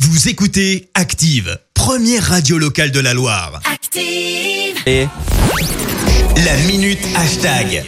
Vous écoutez Active, première radio locale de la Loire. Active. La minute hashtag.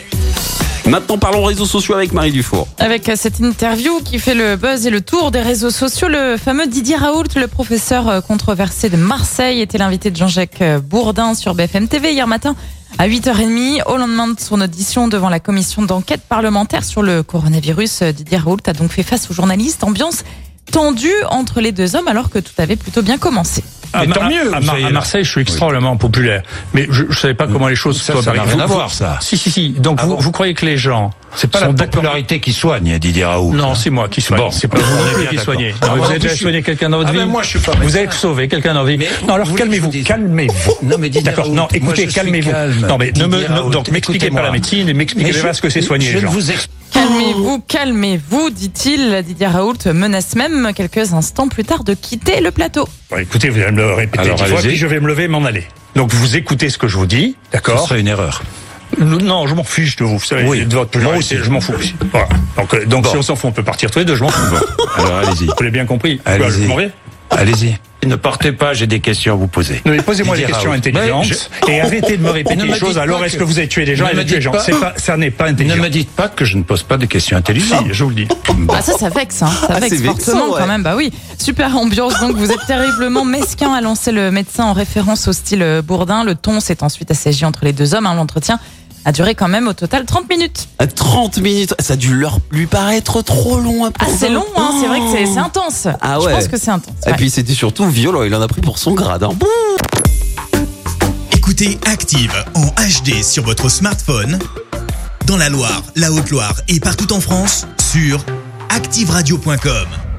Maintenant, parlons réseaux sociaux avec Marie Dufour. Avec euh, cette interview qui fait le buzz et le tour des réseaux sociaux, le fameux Didier Raoult, le professeur euh, controversé de Marseille, était l'invité de Jean-Jacques euh, Bourdin sur BFM TV hier matin à 8h30. Au lendemain de son audition devant la commission d'enquête parlementaire sur le coronavirus, euh, Didier Raoult a donc fait face aux journalistes. Ambiance tendue entre les deux hommes alors que tout avait plutôt bien commencé. Mais Ma- tant mieux. Ah, à, vous Mar- savez, à là. Marseille, je suis extrêmement populaire. Mais je ne savais pas comment les choses Ça, soient ça n'a arrivées. rien à Vous- voir, ça. Ah Si, si, si. Donc, vous, bon vous croyez que les gens. C'est pas sont la d'accord- popularité qui soigne, hein, Didier Raoult. Non, c'est moi qui soigne. Bon. c'est pas vous On est non plus bien qui d'accord. soignez. Ah, Non, moi vous avez non déjà plus, je soigné suis- quelqu'un dans votre Ah, vie. ben, moi, je suis pas vous médecin. avez sauvé quelqu'un dans votre vie. non, alors vous voulez que je calmez-vous, vous dise- calmez-vous. Non, mais Didier D'accord. Non, Raoult, moi, écoutez, je suis calmez-vous. calme. Non, mais ne me- Didier ne- Raoult, donc m'expliquez pas écoutez-moi. la médecine et Mais m'expliquez je- pas ce que c'est soigner je les ne gens. vous explique Calmez-vous, calmez-vous, dit-il. Didier Raoult menace même quelques instants plus tard de quitter le plateau. Bon, écoutez, vous allez me le répéter Alors, dix fois, allez-y. puis je vais me lever et m'en aller. Donc vous écoutez ce que je vous dis, Ce d'accord serait une erreur. Non, Non, je m'en fiche de vous. Vous savez, Oui. de votre Moi popularité, aussi. je m'en fous aussi. Voilà. Donc, euh, donc Bon. si on s'en fout, on peut partir tous les deux, je m'en fous. Alors allez-y. Bah, Vous l'avez bien compris. Allez-y. Quoi, je m'en vais Allez-y. Ne partez pas, j'ai des questions à vous poser. Non, mais posez-moi des Didier questions Raoult. intelligentes et arrêtez de me répéter Ne les me choses. dites Alors, pas est-ce que- que vous avez tué des gens Ne et me avez tué dites des gens pas- C'est pas, ça n'est pas Ne intelligent. me dites pas que je ne pose pas des questions Si, intelligentes. je vous le dis. Ah ça, ça vexe, hein. ça vexe c'est vexant, fortement ouais. quand même. Bah oui, super ambiance. Donc vous êtes terriblement mesquin, a lancé le médecin en référence au style euh, Bourdin. Le ton s'est ensuite assagi entre les deux hommes. hein. L'entretien a duré quand même au total 30 minutes. À 30 minutes, ça a dû leur, lui paraître trop long. à Ah c'est long, hein. c'est vrai que c'est c'est intense. Ah ouais. Je pense que c'est intense. Et ouais. puis c'était surtout violent, il en a pris pour son grade. hein. Écoutez Active en HD sur votre smartphone, dans la Loire, la Haute-Loire et partout en France, sur activeradio.com.